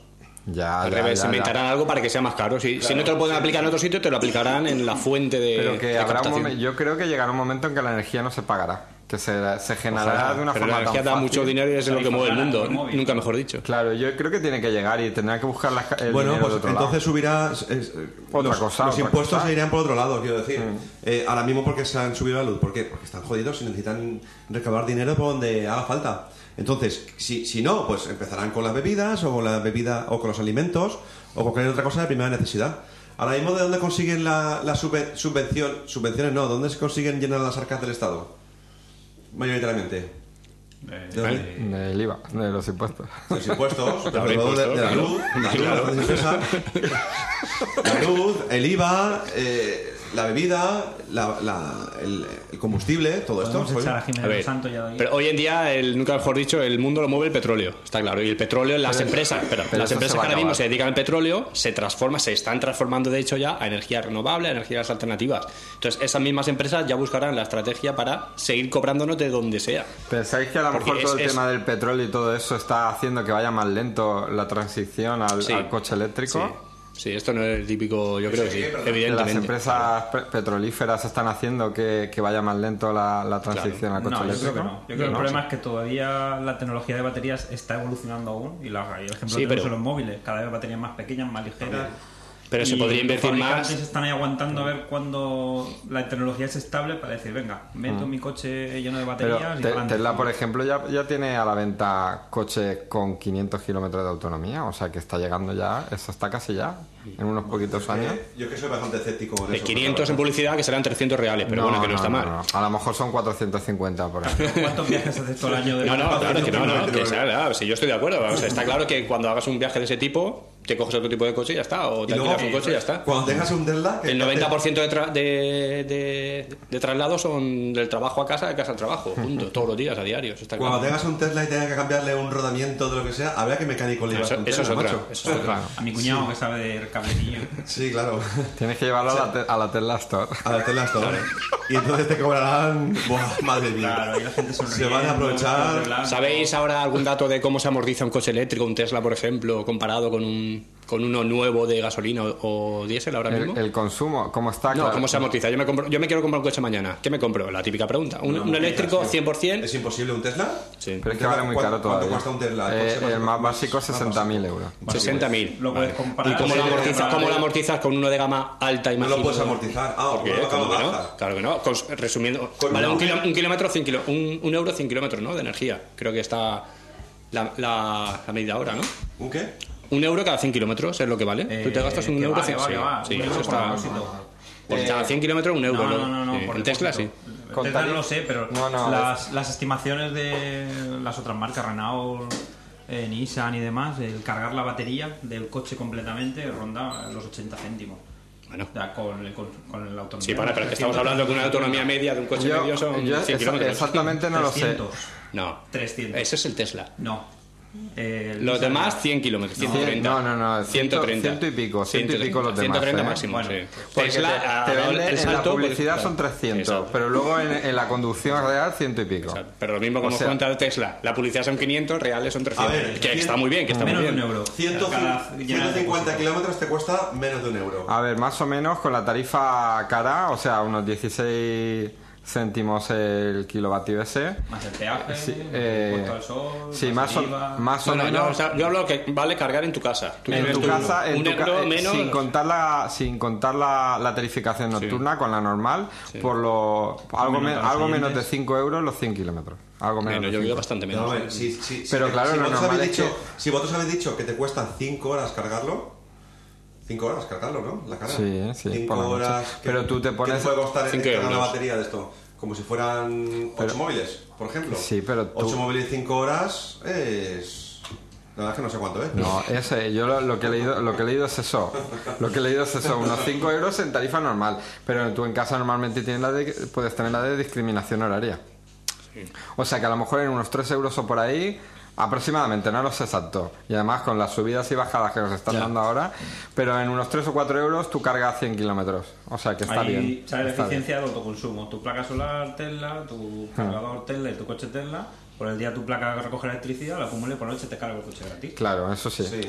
B: Ya,
A: Al
B: ya,
A: revés,
B: ya, ya.
A: inventarán algo para que sea más caro. Si, si no te lo pueden aplicar en otro sitio, te lo aplicarán en la fuente de.
B: Pero que
A: de
B: habrá un
A: captación.
B: momen- yo creo que llegará un momento en que la energía no se pagará. que se, se generará
A: Ojalá.
B: de una
A: Pero
B: forma
A: la energía
B: tan
A: da
B: fácil.
A: mucho dinero y es lo
C: Ahí
A: que mueve el
C: faltará,
A: mundo.
C: muy móvil.
A: Nunca mejor dicho.
B: Claro, yo creo que tiene que llegar y tendrán que buscar las, ca- el
D: bueno,
B: dinero
D: pues
B: de otro lado.
D: entonces subirá. es- es-
B: Otra
D: los,
B: cosa, Mm.
D: los
B: otra
D: impuestos
B: cosa.
D: se irán por otro lado, quiero decir. Eh, ahora mismo porque se han subido la luz. ¿Por qué? Porque están jodidos y necesitan recabar dinero por donde haga falta. Entonces, si, si no, pues empezarán con las bebidas o con la bebida o con los alimentos o con cualquier otra cosa de primera necesidad. Ahora mismo, ¿de dónde consiguen la, la subve- subvención? Subvenciones no, ¿dónde se consiguen llenar las arcas del Estado? Mayoritariamente.
C: Eh,
D: ¿De dónde?
C: eh,
B: Del IVA, de los impuestos.
D: De los impuestos,
A: Claro,
D: de,
A: impuestos,
D: de la
A: claro.
D: luz, la luz,
A: Claro.
D: la luz esa. La luz, el IVA, eh, la bebida, la- la- el, el combustible, todo esto.
C: Podemos echar a Jiménez
A: A ver,
C: los Santos ya de ahí.
A: pero hoy en día, el, nunca mejor dicho, el mundo lo mueve el petróleo, está claro. Y el petróleo, las empresas, pero,
B: pero
A: las
B: esto se
A: empresas
B: va
A: que
B: a
A: ahora mismo
B: acabar.
A: se dedican al petróleo se transforman, se están transformando de hecho ya a energía renovable, a energías alternativas. Entonces, esas mismas empresas ya buscarán la estrategia para seguir cobrándonos de donde sea.
B: ¿Pensáis que a lo
A: Porque
B: mejor
A: es-
B: todo el
A: es-
B: tema del petróleo y todo eso está haciendo que vaya más lento la transición al,
A: Sí.
B: al coche eléctrico?
A: Sí. Sí, esto no es el típico, yo creo que sí,
B: Que
A: evidentemente.
B: las empresas pe- petrolíferas están haciendo que, que vaya más lento la, la transición al coche
C: No, yo
B: eléctrico.
C: creo que no. Yo creo que el problema es que todavía la tecnología de baterías está evolucionando aún y, la, y el ejemplo
A: Sí,
C: tenemos
A: pero-
C: en los móviles, cada vez baterías más pequeñas, más ligeras.
A: Pero se
C: Y
A: podría
C: los
A: invertir
C: fabricantes
A: más.
C: están ahí aguantando a ver cuándo la tecnología es estable para decir, venga, meto mi coche lleno de
B: Pero
C: baterías y
B: Te-
C: adelante.
B: Tesla, por ejemplo, ya, ya tiene a la venta coches con 500 kilómetros de autonomía, o sea que está llegando ya, eso está casi ya, en unos poquitos años.
D: Eh, Yo es que soy bastante escéptico con
A: De
D: eso.
A: 500 en
D: pero-
A: publicidad que serán 300 reales, pero bueno, que no está mal.
B: no. A lo mejor son 450 por ahí.
C: ¿Cuántos viajes haces todo el año? De
A: No, no, claro que no, no, que
D: 99.
A: sea, claro, si yo estoy de acuerdo. o sea, está claro que cuando hagas un viaje de ese tipo, te coges otro tipo de coche y ya está, o te
D: Y luego,
A: alquilas un coche y ya está.
D: Cuando tengas un Tesla... que-
A: El 90% de, tra- de, de, de traslados son del trabajo a casa, de casa al trabajo, junto, todos los días, a diario. Eso está
D: Cuando
A: claro.
D: tengas un Tesla y tengas que cambiarle un rodamiento de lo que sea, habrá que mecánico le llevas
A: Ah, Eso,
D: un
A: eso es
D: Tesla,
A: otra.
D: macho.
A: Eso es otra.
C: A mi cuñado que sabe de cablerillo.
D: Sí, claro.
B: Tienes que llevarlo a la, te- a la Tesla Store.
D: A ver, Tesla Store. Y entonces te cobrarán... Buah, madre mía.
C: Claro, ahí la gente sonríe.
D: Se van a aprovechar...
A: ¿Sabéis ahora algún dato de cómo se amortiza un coche eléctrico, un Tesla, por ejemplo, comparado con, un, con uno nuevo de gasolina o, o diésel ahora mismo?
B: El, el consumo, ¿cómo está?
A: No,
B: Claro.
A: ¿cómo se amortiza? Yo me, compro- yo me quiero comprar un coche mañana. ¿Qué me compro? La típica pregunta. ¿Un, un eléctrico 100%?
D: ¿Es imposible un Tesla?
A: Sí.
B: Pero es que
D: Tesla,
B: vale muy
D: ¿cuánto-
B: caro
D: cuánto
B: todavía.
D: cuesta un Tesla? El
B: Eh,
D: coche más-
B: el más
D: más-
B: básico,
D: más
B: 60.000 euros.
A: 60.000.
C: Lo puedes comparar.
A: ¿Y cómo lo,
C: Sí,
A: amortizas,
C: vale.
A: cómo lo amortizas con uno de gama alta y
D: No lo puedes amortizar. Ah,
A: ¿Por qué?
D: no lo
A: ¿Cómo
D: acabo de
A: que no?
D: bajar.
A: Claro que no. Cons- Resumiendo,
D: Con
A: vale
D: un
A: un,
D: euro.
A: kilo- un kilómetro, 100 kilo, un, un euro, 100 kilómetros, ¿no? De energía. Creo que está la, la, la medida ahora, ¿no?
D: ¿Un qué?
A: Un euro cada 100 kilómetros es lo que vale. Tú te gastas un
C: Eh, que
A: euro
C: va,
A: cien-
C: que va, que
A: sí,
C: va.
A: sí,
C: Un euro
A: eso
C: por
A: está.
C: depósito.
A: Por
C: Eh,
A: cada 100 kilómetros, un euro.
C: No, no, no, no,
A: Sí.
C: por
A: En Tesla, sí.
C: depósito.
B: Con
C: Tesla no
B: tarif-
C: lo sé, pero
B: No, no,
C: las, las estimaciones de las otras marcas, Renault, eh, Nissan y demás, el cargar la batería del coche completamente ronda los 80 céntimos.
A: Bueno.
C: O sea, con, el- con, con la autonomía.
A: Sí,
C: de
A: para, pero que estamos hablando de una autonomía media de un coche
B: Yo,
A: medio son 100
B: yo esa-
A: kilómetros.
B: exactamente Este no lo sé.
C: 300.
A: No.
C: 300.
A: Ese es el Tesla.
C: No. Eh,
A: Los
C: Nissan-
A: demás 100 kilómetros, 130.
B: no, no, no, ciento-
A: 130.
B: ciento y pico, ciento y
A: 130,
B: pico los demás,
A: 130
B: ¿eh?
A: máximo,
C: Bueno,
A: sí.
B: Porque
A: Tesla,
B: te-
A: ha
B: te
A: dado
B: vende-
A: el
B: en la
A: salto, pues,
B: publicidad son
A: claro.
B: 300,
A: Exacto,
B: pero luego en, en la conducción real ciento y pico.
A: exacto. Pero lo mismo como
B: O sea-
A: cuenta Tesla, la publicidad son 500, reales son 300.
D: A ver,
A: que
D: cien-
A: está muy bien, que está muy
C: Menos de
A: bien.
C: un euro.
D: 150 150 kilómetros te cuesta menos de un euro.
B: A ver, más o menos con la tarifa cara, o sea, unos 16 céntimos el kilovatio ese.
C: Más el peaje,
B: Sí,
C: el
B: eh,
C: impuesto al sol,
B: sí,
C: más
B: más,
C: el IVA.
B: o, más o
A: No, no,
B: menos.
A: yo, o sea, yo hablo que vale cargar en tu casa. Tú
B: En
A: tienes
B: tu
A: tu-
B: casa, en
A: un
B: tu ca-
A: euro
B: eh,
A: menos.
B: sin contar la, sin contar la, la tarificación nocturna con la normal, por lo algo,
C: Menos
B: me-
C: para los
B: algo menos de
C: siguientes.
B: 5 euros los 100 kilómetros. Algo menos.
A: Menos,
B: de
A: yo he
B: 5.
A: ido bastante
D: No, a
A: menos.
D: ver, si, si- si-
B: Pero claro,
D: si
B: lo
D: vosotros
B: normal
D: habéis
B: es
D: dicho,
B: que-
D: si vosotros habéis dicho que te cuesta 5 horas cargarlo, 5 horas cargarlo, ¿no? La carga.
B: Sí, sí,
D: 5
B: por la noche.
D: horas. que-
B: Pero tú te
D: que
B: pones-
D: puede costar
A: Cinco
D: cargar una
A: euros.
D: batería de esto? Como si fueran 8 móviles, por ejemplo.
B: Sí, pero tú-
D: 8 móviles 5 horas es. La verdad es que no sé cuánto es.
B: No, ese, yo lo, lo que he leído, lo que he leído es eso. Lo que he leído es eso, unos 5 euros en tarifa normal. Pero tú en casa normalmente tienes la de- puedes tener la de discriminación horaria. O sea que a lo mejor en unos 3 euros o por ahí, aproximadamente, no los exactos. Y además con las subidas y bajadas que nos están dando ahora, pero en unos 3 o 4 euros tú cargas 100 kilómetros. O sea que está
C: Ahí
B: bien.
C: sale la
B: está bien.
A: Ah.
C: eficiencia del autoconsumo. Tu placa solar Tesla, tu cargador Tesla y tu coche Tesla Por el día tu placa recoge electricidad, la acumula y por la noche te carga el coche gratis.
B: Claro, eso sí.
D: Sí.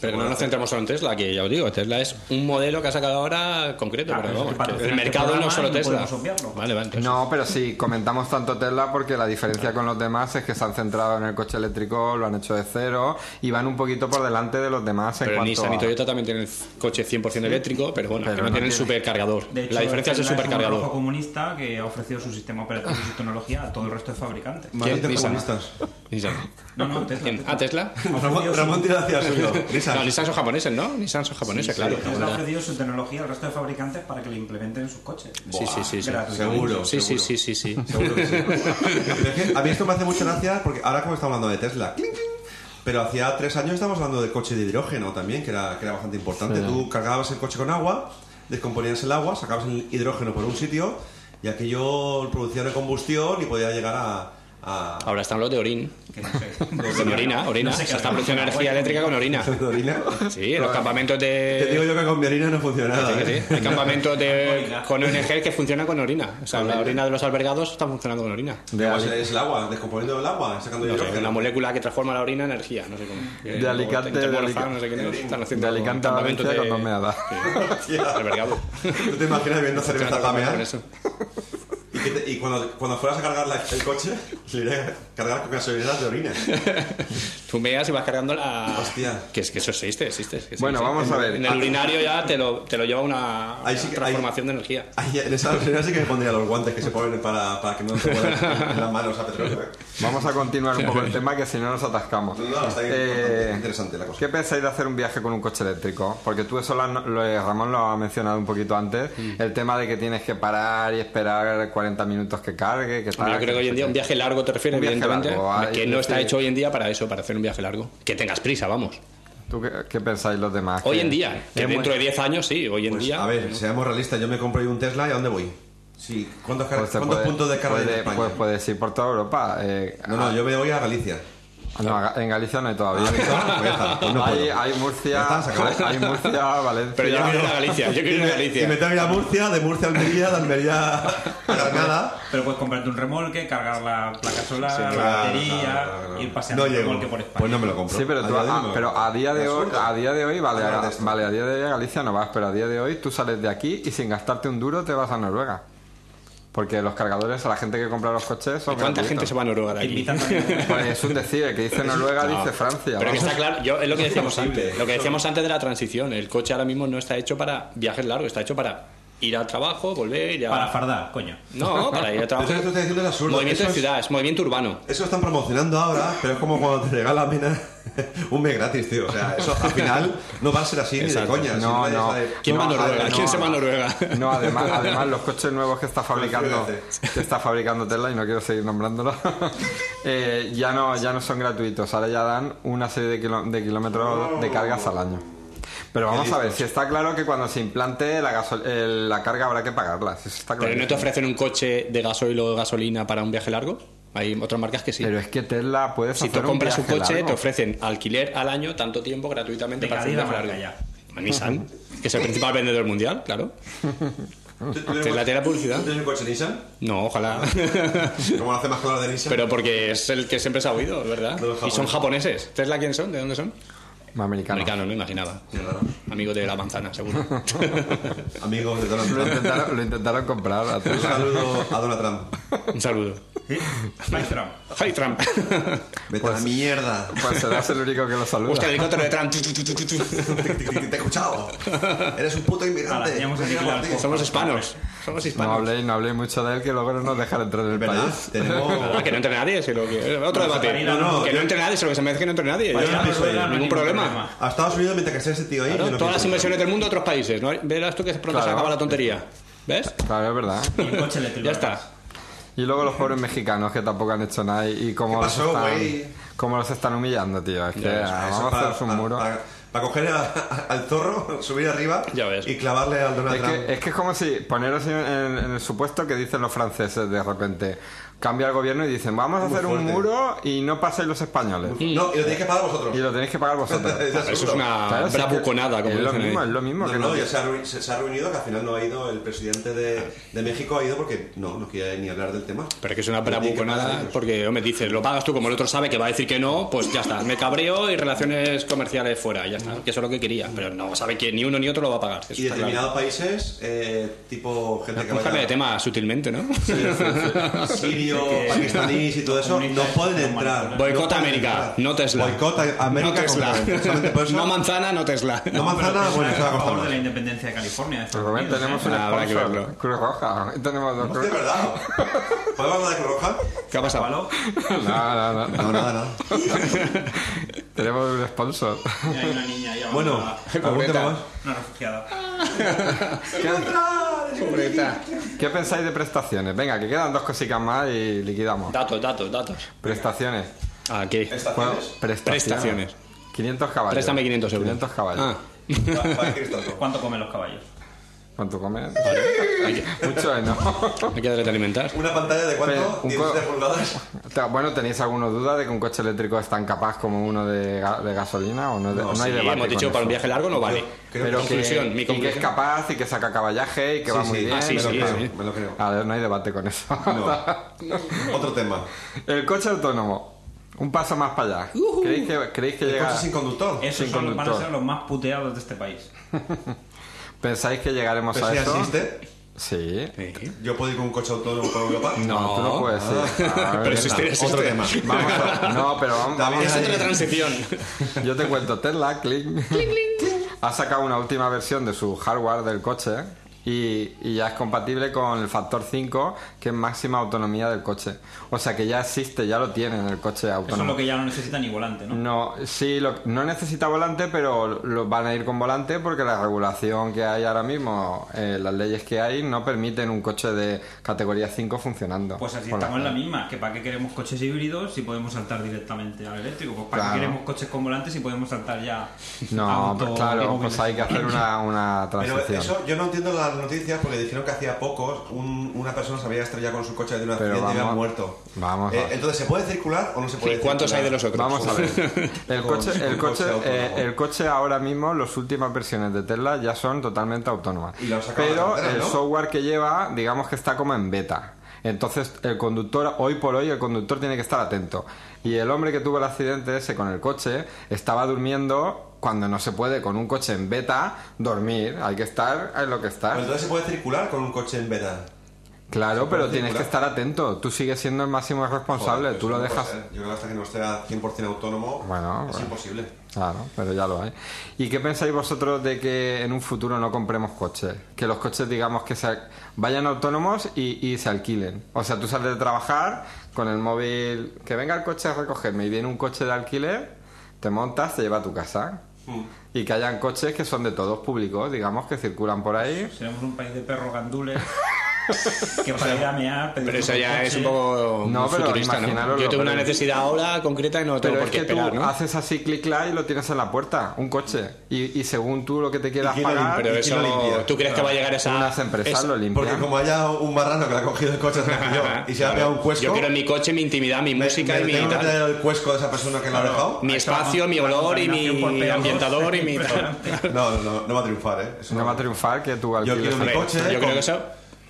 A: Pero no nos centramos solo en Tesla, que ya os digo, Tesla es un modelo que ha sacado ahora concreto,
C: Claro,
A: pero
C: es el
A: vamos,
C: que patrocina
A: el
C: este
A: mercado no
C: programa
A: es solo
C: y no
A: Tesla.
C: podemos obviarlo.
A: vale, vale, entonces-
B: No, pero sí, comentamos tanto Tesla porque la diferencia con los demás es que se han centrado en el coche eléctrico, lo han hecho de cero y van un poquito por delante de los demás en
A: Pero
B: cuanto
A: Nissan
B: a-
A: y Toyota también tienen coche 100% eléctrico, pero bueno,
B: Pero
A: que no,
B: no
A: tienen
B: tiene-
A: supercargador.
C: De hecho,
A: la diferencia es el
C: Tesla Es un
A: supercargador.
C: rojo comunista que ha ofrecido su sistema operativo y su tecnología a todo el resto de fabricantes.
D: Malditos
A: Nissan?
D: comunistas.
A: Nissan.
C: No, no, Tesla.
A: ¿Quién? ¿Ah, Tesla?
D: Ramón, Ramón tira hacia el suelo. Nissan.
A: No, Nissan son japoneses, ¿no? Nissan son japoneses, claro.
C: Tesla ha ofrecido su tecnología al resto de fabricantes para que la implementen en sus coches.
A: Sí, sí, sí, sí.
C: Gratuitamente.
D: Seguro,
A: Sí, sí,
D: seguro.
A: sí, sí, sí.
D: Seguro que sí. Pero es que a mí esto me hace mucha gracia porque ahora como estamos hablando de Tesla, clink, clink, pero hacía tres años estábamos hablando del coche de hidrógeno también, que era, que era bastante importante. Tú cargabas el coche con agua, descomponías el agua, sacabas el hidrógeno por un sitio y aquello producía una combustión y podía llegar a... a-
A: Ahora están los de orín.
C: Que no sé.
A: Con orina, orina.
C: No sé
A: Se está
C: qué hacer.
A: produciendo energía eléctrica con orina.
D: de orina.
A: Sí, en los campamentos de...
D: Te digo yo que con mi orina no funciona nada.
A: Ah, Sí,
D: ¿eh?
A: sí. Hay campamentos de,
C: Orina.
A: con ONG que funcionan con orina. O sea, la orina de los albergados está funcionando con orina.
D: De agua, es el agua, descomponiendo el agua, sacando
A: No sé,
D: hidrógeno.
A: una molécula que transforma la orina en energía. No sé cómo.
B: De Alicante,
A: Te- te
B: de
A: morfa,
B: Alicante.
A: no sé qué nos están haciendo
B: de Alicante a
A: campamentos
B: Valencia
A: de-
B: con dos meadas.
A: Sí, albergado.
D: ¿Tú te imaginas viendo cerveza
A: Con
D: tamear?
A: eso.
D: Y, que te- y cuando, cuando fueras a cargar la- el coche, le irías a cargar con gasolineras de orina.
A: Tú meas y vas cargando la.
D: Hostia.
A: Que es que eso existe, existe. que sí,
B: Bueno,
A: sí.
B: vamos
A: En-
B: a ver. Ah.
A: En el urinario ya te lo, te lo lleva una,
D: Ahí sí
A: una
D: que-
A: transformación de energía.
D: Ahí, en esa gasolinera sí que me pondría los guantes que se ponen para, para que no se vuelan en las manos a petróleo. ¿eh?
B: Vamos a continuar un poco el tema que si no nos atascamos. Eh,
D: No, no, está bien, bastante interesante la cosa.
B: ¿Qué pensáis de hacer un viaje con un coche eléctrico? Porque tú eso, lo- lo- eh, Ramón, lo ha mencionado un poquito antes.
A: Mm.
B: El tema de que tienes que parar y esperar 40 minutos que cargue. Que tal,
A: Yo creo que hoy en día un viaje largo te refieres,
B: Ah, Un viaje
A: evidentemente.
B: largo, ah,
A: que
B: es
A: no está
B: decir-
A: hecho hoy en día para eso, para hacer un viaje largo. Que tengas prisa, vamos.
B: ¿Tú qué, qué pensáis los demás?
A: Hoy
B: Que-
A: en día.
B: que
A: Que
B: muy-
A: dentro de 10 años sí, hoy en
D: Pues,
A: día.
D: a ver, seamos realistas, yo me compro ahí un Tesla y ¿a dónde voy? Sí, ¿Cuántos, car-
B: pues te
D: cuántos
B: puede-
D: puntos de carga hay en
B: puede-
D: España?
B: Pues puedes ir por toda Europa. eh,
D: no, no, yo me voy a Galicia.
B: no, en Galicia no hay todavía.
D: Pues ya está, pues no puedo.
B: hay, hay
D: Ya
B: Murcia,
D: está, se acabó.
B: hay Murcia, Valencia.
A: Pero yo quiero ir a Galicia, yo quiero ir a
D: Y me
A: Galicia.
D: tengo que ir a Murcia, de Murcia a Almería, de Almería a Granada.
C: Pero puedes comprarte un remolque, cargar la placa solar, la batería, ir paseando
D: No
C: en
D: llego.
C: remolque por España.
D: Pues no me lo compro.
B: Sí, pero, tú-
D: día de hoy
B: ah,
D: no.
B: pero a día de hoy,
D: Absurdo.
B: a día de hoy, vale,
D: Hablar de
B: a,
D: esto.
B: vale, a día de hoy a Galicia no vas, pero a día de hoy tú sales de aquí y sin gastarte un duro te vas a Noruega. Porque los cargadores, a la gente que compra los coches, son
A: ¿Cuánta
B: gratuitos.
A: gente se va a Noruega de
C: Te
A: aquí?
C: invitan también.
B: Pues es un decir, el que dice Noruega dice Francia.
A: Pero que
B: vamos.
A: está claro, yo, es lo que decíamos
D: imposible.
A: antes, lo que decíamos antes de la transición. El coche ahora mismo no está hecho para viajes largos, está hecho para ir al trabajo, volver, ya.
C: Para fardar, coño.
A: No, para ir al trabajo.
D: Eso que tú estás diciendo es absurdo.
A: movimiento
D: Eso
A: de
D: es-
A: ciudad, es movimiento urbano.
D: Eso están promocionando ahora, pero es como cuando te regalan mira, un mes gratis, tío. O sea, eso al final no va a ser así
A: Exacto.
D: ni de coña.
B: No,
D: siempre
B: no.
D: es la de-
A: ¿Quién
B: No,
A: va a Noruega?
B: no,
A: ¿Quién se va a
B: no.
A: Noruega?
B: No, además, además los coches nuevos que está fabricando
D: Confíate.
B: que está fabricando Tesla y no quiero seguir nombrándolo eh, ya no ya no son gratuitos ahora ya dan una serie de, kilo- de kilómetros de cargas al año pero vamos a ver si está claro que cuando se implante la gasol- el- la carga habrá que pagarla si eso está
A: Pero no te
B: clarísimo.
A: ofrecen un coche de gasoil o de gasolina para un viaje largo. Hay otras marcas que sí.
B: Pero es que Tesla puedes
A: si
B: hacer
A: tú
B: un
A: compras un
B: viaje
A: coche,
B: largo.
A: te ofrecen alquiler al año tanto tiempo gratuitamente
C: Venga,
A: para hacer un
C: di la
A: viaje largo.
C: marca
A: A Nissan, que es el principal vendedor mundial, claro.
D: ¿Tú- tú tienes
A: Te la
D: coche-
A: tela publicidad.
D: ¿Tú tienes un coche Nissan?
A: No, ojalá.
D: Como lo hace más color de Nissan.
A: Pero porque es el que siempre se ha oído, ¿verdad?
D: De los
A: Y son
D: japoneses.
A: japoneses. ¿Tesla quién son? ¿De dónde son?
B: americano
A: Americanos, no imaginaba.
D: Sí, claro.
A: Amigo de la manzana, seguro.
D: Amigos de Donald
B: lo
D: Trump.
B: intentaron, lo intentaron comprar a
D: Un
B: Tesla.
D: saludo a Donald Trump.
A: Un saludo.
C: ¿Sí? Mike Trump.
A: ¡Hi, Trump!
D: Vete a la mierda.
B: pues serás el único que lo saluda
A: Busca el helicóptero de Trump. Tu, tu, tu, tu, tu.
D: Te te he escuchado. Eres un puto
C: Ahora,
D: inmigrante.
C: teníamos aquí
D: Venga,
C: claro.
D: Martín.
A: Somos hispanos. Somos
B: no
A: hispanos.
B: habléis no habléis mucho de él que luego no nos dejan entrar en el
D: ¿Verdad?
B: país
A: Ah,
D: Tenemos...
A: que no entre nadie, si lo que... otro debate.
C: No,
D: no,
A: que
D: yo-
A: no entre nadie, si lo que se merece que no entre nadie. Ya
D: Yo
A: está.
D: no pienso
C: Noruega
D: ir.
C: no hay
A: Ningún
C: ningún
A: problema.
C: problema.
D: A Estados Unidos, mientras que sea ese tío ahí...
A: Claro,
D: yo no
A: todas las
D: pienso ir.
A: inversiones del mundo a otros países. ¿no? Verás tú que pronto se
B: Claro.
A: acaba la tontería. ¿Ves?
B: claro es verdad
C: Y el coche eléctrico.
A: Ya está.
B: Y luego los pobres mexicanos que tampoco han hecho nada y, y cómo,
D: ¿Qué pasó,
B: los
D: güey?
B: están, cómo los están humillando, tío. Es que
A: Ya,
B: ah,
D: Eso
B: vamos a
D: para-
B: hacer un
D: para-
B: muro.
D: Para, para, A coger a- a- al zorro, subir arriba
A: Ya ves.
D: y clavarle al Donald
B: Es
D: Trump.
B: que, eh, es que es como si poneros en, en- en el supuesto que dicen los franceses de repente. Cambia el gobierno y dicen, vamos a
D: Muy
B: hacer un
D: fuerte.
B: muro y no pasáis los españoles.
D: No, y lo tenéis que pagar vosotros.
B: Y lo tenéis que pagar vosotros.
D: Eso
A: Eso es
D: seguro.
A: una
B: Claro, si es que
A: bravuconada, como
B: es lo
A: dicen ahí.
B: mismo, es lo mismo.
D: No,
B: que
D: no,
B: nos-
D: ya se ha, reuni- se, se ha reunido, que al final no ha ido el presidente de, de México, ha ido porque no, no quiere ni hablar del tema.
A: Pero es que es una
D: Tiene que pasar
A: bravuconada
D: ellos.
A: porque, hombre, dices, lo pagas tú, como el otro sabe que va a decir que no, pues ya está, me cabreo y relaciones comerciales fuera, ya está, que eso es lo que quería. Pero no, sabe que ni uno ni otro lo va a pagar. eso
D: Y
A: está claro.
D: determinados países, eh, tipo gente que
A: Un cambio de
D: vaya
A: tema sutilmente, ¿no?
D: sirio,
C: Sí, que-
D: pakistaníes y todo eso, no
C: comunistas
D: pueden
C: no
D: entrar.
C: manipulan.
A: Boicot
D: No pueden
A: América,
D: entrar.
A: no Tesla.
D: Boicot a- América
A: no Tesla.
D: completamente, solamente por eso.
A: No manzana, no Tesla.
D: No
C: No, pero
D: manzana,
C: Tesla
D: bueno, se va a
C: a
D: costar
C: favor de
D: más.
C: la independencia de California. de
B: Pero,
C: Estados
B: Rubén,
C: Unidos,
B: tenemos
C: ¿eh?
B: un
A: Ah, habrá que
B: sponsor,
A: verlo.
B: Cruz Roja. Tenemos dos
D: Hostia,
B: Cruz
D: es verdad. ¿Podemos hablar de Cruz Roja?
A: ¿Qué ha pasado?
C: Palo,
B: No, no, no.
D: No, nada, nada.
B: Tenemos un sponsor.
C: y hay una niña ahí
D: Bueno,
C: abandonada,
D: ¿algún tema más?
C: una refugiada.
A: Pobreta.
B: ¿Qué pensáis de prestaciones? Venga, que quedan dos cositas más y liquidamos.
A: Datos, datos, datos.
B: Prestaciones.
A: Aquí.
D: Este
B: Bueno,
D: ¿Estaciones?
A: Prestaciones.
B: prestaciones. 500 caballos.
A: Préstame 500 euros.
B: 500 caballos.
A: Ah,
D: Va- va, Cristóbal.
C: ¿Cuánto comen los caballos?
B: ¿Cuánto comes?
A: hay que,
B: Mucho, ¿eh? ¿no?
A: hay que darle de alimentar.
D: ¿Una pantalla de
B: Pero,
D: cuánto?
B: un
D: 17
B: co-
D: pulgadas.
B: Ta- Bueno, ¿tenéis alguna duda de que un coche eléctrico es tan capaz como uno de, ga- de gasolina? ¿O no, es de-
D: No,
B: no
A: Sí,
B: hay debate
A: hemos dicho
B: con
A: para un
B: eso?
A: viaje largo no vale.
D: Creo
B: Pero
A: Mi
B: que,
A: conclusión, mi
B: y que es
A: conclusión.
B: capaz y que saca caballaje y que va
D: Sí,
B: muy
D: sí.
B: bien.
A: Ah, sí,
D: me
B: pero
D: lo
A: sí,
B: claro.
A: sí.
D: creo, me lo creo.
B: A ver, no hay debate con eso.
D: No. Otro tema.
B: El coche autónomo. Un paso más para allá. ¿Creéis que, creéis que
D: ¿El
B: llega-
D: coche sin conductor?
C: Esos
B: Sin
C: son los- van a
B: conductor.
C: ser los más puteados de este país.
B: ¿Pensáis que llegaremos
D: Pero
B: a
D: si
B: eso?
D: existe,
B: Sí.
A: Sí.
D: yo puedo ir con un coche autónomo por Europa.
B: No, tú no puedes ir. A ver,
A: Pero existir
B: venga.
A: existe.
D: Otro tema.
B: Vamos a- No, pero vamos,
D: También
A: Es
D: hay-
A: otra transición.
B: Yo te cuento, Tesla, clic, ha sacado una última versión de su hardware del coche y, y ya es compatible con el factor 5, que es máxima autonomía del coche. O sea que ya existe, ya lo tiene en el coche
C: Eso es
B: autónomo.
C: lo que ya no necesita ni volante, ¿no?
B: No, sí, lo- no necesita volante, pero lo van a ir con volante porque la regulación que hay ahora mismo, eh, las leyes que hay, no permiten un coche de categoría 5 funcionando.
C: Pues así
B: Con la-
C: estamos en la misma, que para qué queremos coches híbridos si podemos saltar directamente al eléctrico, pues para
B: Claro.
C: qué queremos coches con volantes si podemos saltar ya a
B: No,
C: auto-
B: claro,
C: automóviles?
B: pues hay que hacer una, una
D: Pero
B: transición.
D: eso, yo no entiendo las noticias porque dijeron que hacía pocos un- una persona se había estrellado con su coche de un
B: Pero
D: accidente y había
B: vamos-
D: muerto.
B: vamos a
D: Eh,
B: ver.
D: entonces, ¿se puede circular o no se puede
A: Sí, ¿cuántos hay de los otros?
B: Vamos a ver. El
D: Con-
B: coche,
D: con
B: el coche,
D: coche autónomo.
B: eh, el coche ahora mismo, las últimas versiones de Tesla ya son totalmente autónomas.
D: Y las sacaban a la
B: Pero
D: carretera,
B: el
D: ¿no?
B: software que lleva, digamos que está como en beta. Entonces, el conductor, hoy por hoy, el conductor tiene que estar atento. Y el hombre que tuvo el accidente ese con el coche estaba durmiendo cuando no se puede con un coche en beta dormir. Hay que estar en lo que está.
D: Pero entonces se puede circular con un coche en beta.
B: Claro, pero
D: puede
B: tienes que
D: circular.
B: estar atento. Tú sigues siendo el máximo responsable.
D: Joder,
B: Tú
D: eso
B: lo
D: no puede
B: dejas.
D: ser. Yo creo que hasta que no esté a 100% autónomo
B: Bueno,
D: es
B: bueno.
D: imposible.
B: Claro, pero ya lo hay. ¿Y qué pensáis vosotros de que en un futuro no compremos coches? Que los coches, digamos, que se vayan autónomos y, y se alquilen. O sea, tú sales de trabajar con el móvil, que venga el coche a recogerme y viene un coche de alquiler, te montas, te lleva a tu casa.
A: Mm.
B: Y que hayan coches que son de todos públicos, digamos, que circulan por ahí.
C: Seremos un país de perros gandules que para ir a mear, pedir
A: Pero eso
C: un
A: ya
C: coche.
A: es un poco
B: No,
A: muy
B: pero
A: futurista, ¿no?
B: imaginaroslo,
A: Yo tengo una
B: pero-
A: necesidad ahora concreta y no tengo
B: Pero
A: por
B: es
A: qué
B: que
A: esperar,
B: tú
A: ¿no?
B: haces así clic clac y lo tienes en la puerta, un coche. Y, y según tú lo que te quieras
D: quién lo
B: pagar,
A: Pero
D: ¿Y quién lo
A: eso,
D: limpia?
A: ¿tú crees que va a llegar esa...
B: unas empresas
A: esa-
B: lo limpian.
D: Porque como haya un barrano que le ha cogido el coche se lo pilló, y se le ha pegado un
B: Pues
D: cuesco,
A: Yo quiero mi coche, mi intimidad, mi
D: me-
A: música
D: me
A: y mi
D: tengo que
A: tal.
D: meter el cuesco de esa persona que lo ha dejado.
A: Mi
C: Esa
A: espacio,
C: con-
A: mi
C: la
A: olor y
C: contaminación por
A: mi
C: perros.
A: ambientador y mi...
C: Impresionante.
D: No, no, no, no va a triunfar, ¿eh? Eso
B: no va a triunfar que tú alquiles
D: quiero
B: el
D: mi
A: Hombre,
D: coche,
A: yo
D: con-
A: creo que eso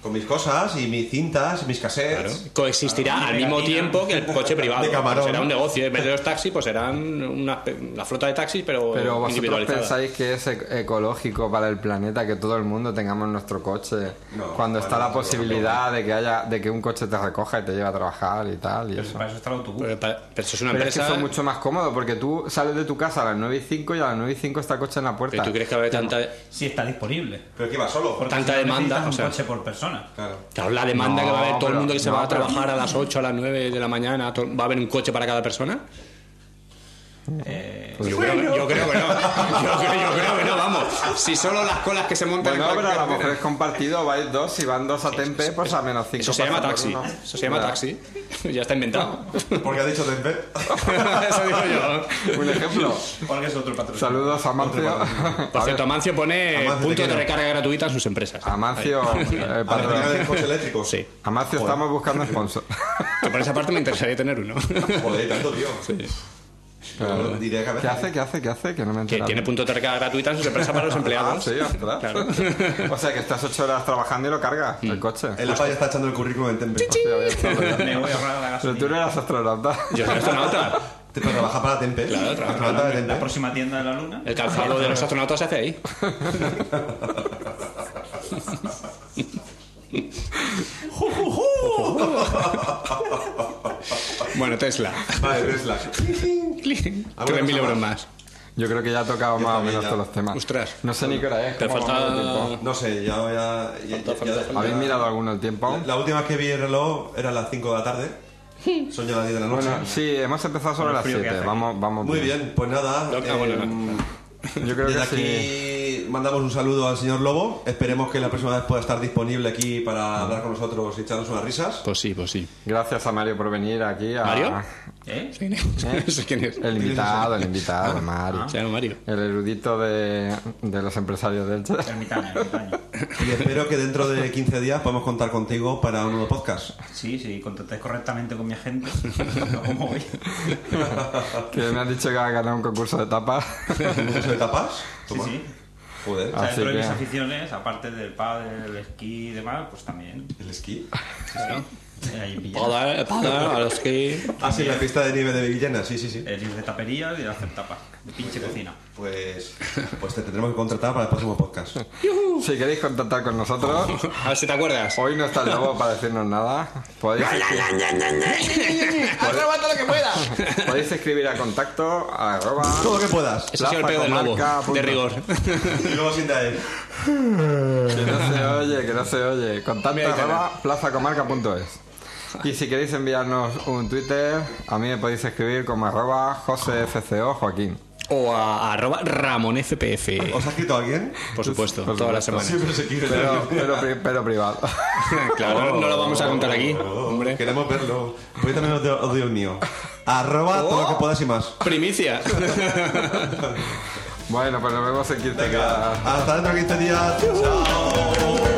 D: Con mis cosas y mis cintas, mis
A: claro,
D: cassettes.
A: coexistirá
C: Claro,
A: al
C: mi
A: mismo
C: pegatina.
A: tiempo que el coche privado. Pues
D: De camarón.
A: será un negocio. En vez de los taxis, pues serán una, la flota de taxis, pero,
B: Pero vosotros
A: Pues, individualizada.
B: pensáis que es ec- ecológico para el planeta que todo el mundo tengamos nuestro coche
D: No,
B: cuando
D: bueno,
B: está la
D: pero-
B: posibilidad de que haya de que un coche te recoja y te lleve a trabajar y tal y
C: Pero
B: eso.
C: para eso está el autobús.
A: Pero, pa- pero eso es una
B: Pero es que
A: empresa...
B: eso es mucho más cómodo porque tú sales de tu casa a las 9 y 5 y a las 9 y 5 está el coche en la
A: ¿Y
B: puerta.
A: tú crees que va a haber tanta,
C: Si está disponible.
D: Pero que iba solo.
C: Porque
A: Tanta
C: si no
A: demanda,
C: necesitas un
A: o sea-
C: coche por persona.
D: Claro.
A: Claro, la demanda
B: No,
A: que va a haber todo
B: pero-
A: el mundo que se
B: no,
A: va a
B: pero-
A: trabajar a las 8, a las 9 de la mañana, to- ¿va a haber un coche para cada persona?
C: Eh,
B: Pues
A: Yo, creo, yo creo que no. Yo creo, yo creo que no, vamos. Si solo las colas que se montan
B: Bueno,
A: en
B: pero
A: cada
B: a lo
A: carretera-
B: mejor es compartido, vais dos, si van dos a Tempe, pues a menos cinco.
A: Eso se llama
B: pasa por
A: taxi.
B: uno.
A: Eso se llama
B: Ya.
A: taxi. Ya está inventado.
D: Porque ha dicho Tempe.
A: Eso digo yo.
B: Un ejemplo.
C: ¿Cuál es otro patrocinio?
B: Saludos a Mancio.
A: Por cierto, Amancio pone
D: Amancio, te
A: puntos de
D: quiero.
A: recarga gratuita en sus empresas.
B: Amancio, eh,
D: A la
B: patrón.
D: de coche eléctrico.
A: Sí.
B: Amancio,
D: Joder.
B: estamos buscando sponsor.
A: Que por esa parte me interesaría tener uno.
D: Joder, tanto, tío. Claro, diría que a veces-
B: ¿Qué hace? ¿Qué hace? ¿Qué hace? Que no me he
A: Que
B: enterado.
A: tiene puntos de recarga gratuita en sus empresas para los
B: Ah,
A: empleados.
B: sí, ¿verdad?
A: Claro.
B: O sea, que estás ocho horas trabajando y lo cargas, el coche.
D: El APA ya está echando el currículum en Tempe.
B: Sí, había estado ya.
C: Pues Me voy a ahorrar la
B: Pero
C: gasolina.
B: tú no eras astronauta.
A: Yo soy astronauta.
D: Te pero trabaja para Tempe.
A: Claro, trabaja
D: Astronauta de
C: La
D: Tempe.
C: próxima tienda de la luna.
A: El calzado de los astronautas se hace ahí. bueno, Tesla.
D: Vale, Tesla.
A: Tres mil euros más.
B: Yo creo que ya ha tocado más o
D: también,
B: menos
D: ya.
B: todos los temas.
A: Ostras.
B: No sé ni qué hora es.
A: Te
B: ¿cómo vamos de
A: falta-
B: tiempo?
D: No sé, ya. ya, ya- ya- ya-
B: ¿Habéis mirado alguno el tiempo?
D: La última vez que vi el reloj era a las 5 de la tarde. Son ya las 10 de la noche.
B: Bueno, sí, hemos empezado sobre las
C: Con el frío que
B: 7.
C: hace.
B: Vamos, vamos.
D: Muy bien, pues nada. em,
A: Ah, bueno, no.
B: Yo creo
D: desde
B: que sí.
D: aquí mandamos un saludo al señor Lobo. Esperemos que la próxima vez pueda estar disponible aquí para hablar con nosotros y echarnos unas risas.
A: Pues sí, pues sí.
B: Gracias a Mario por venir aquí. A...
A: ¿Mario?
C: ¿Eh?
A: ¿Quién es? No sé quién es.
B: El invitado, el invitado, Mario.
A: Se llama Mario.
B: El erudito de, de los empresarios del Che.
C: Ermitaño, ermitaño.
D: Y espero que dentro de 15 días podamos contar contigo para un nuevo podcast.
C: Sí, sí, contacté correctamente con mi agente. No como hoy.
B: Que me han dicho que ha ganado un concurso de tapas.
D: ¿Un curso de tapas?
C: Sí,
D: Toma.
C: sí.
D: Joder.
A: Ah.
C: O sea,
B: Así
C: dentro de mis
B: que-
C: aficiones, aparte del pádel, el esquí y demás, pues también.
D: ¿El esquí?
A: Ah,
C: eh, ahí pillas.
A: Padar, padar, a los que...
D: Ah, sí, la pista de nieve de Villena, sí, sí, sí.
C: El ir de taperías y de hacer tapas. De pinche cocina.
D: Pues, pues te tendremos que contratar para el próximo podcast.
B: Si queréis contactar con nosotros,
A: A ver si te acuerdas.
B: hoy no está el lobo para decirnos nada. Podéis escribir,
A: lo que pueda!
B: podéis escribir a contacto arroba
D: Todo lo que puedas.
A: Ese ha sido el pego del lobo, de rigor.
D: Y luego sienta él.
B: Que no se oye, que no se oye. Contacto
A: Mira,
B: arroba plazacomarca.es. Y si queréis enviarnos un Twitter, a mí me podéis escribir como arroba josefco joaquín.
A: O a arroba ramonfpf,
D: ¿Os ha escrito alguien?
A: por supuesto,
B: Por
A: todas las
B: supuesto.
A: semanas.
D: Siempre se quiere.
B: Pero, pero, pri- pero privado.
A: Claro, no lo vamos a contar aquí, hombre.
D: Oh, Queremos verlo. Voy también os doy- os doy el mío. Arroba todo lo
A: Oh.
D: que puedas y más.
A: Primicia.
B: Bueno, pues nos vemos en 15 días.
D: Hasta dentro de 15 días. Chao.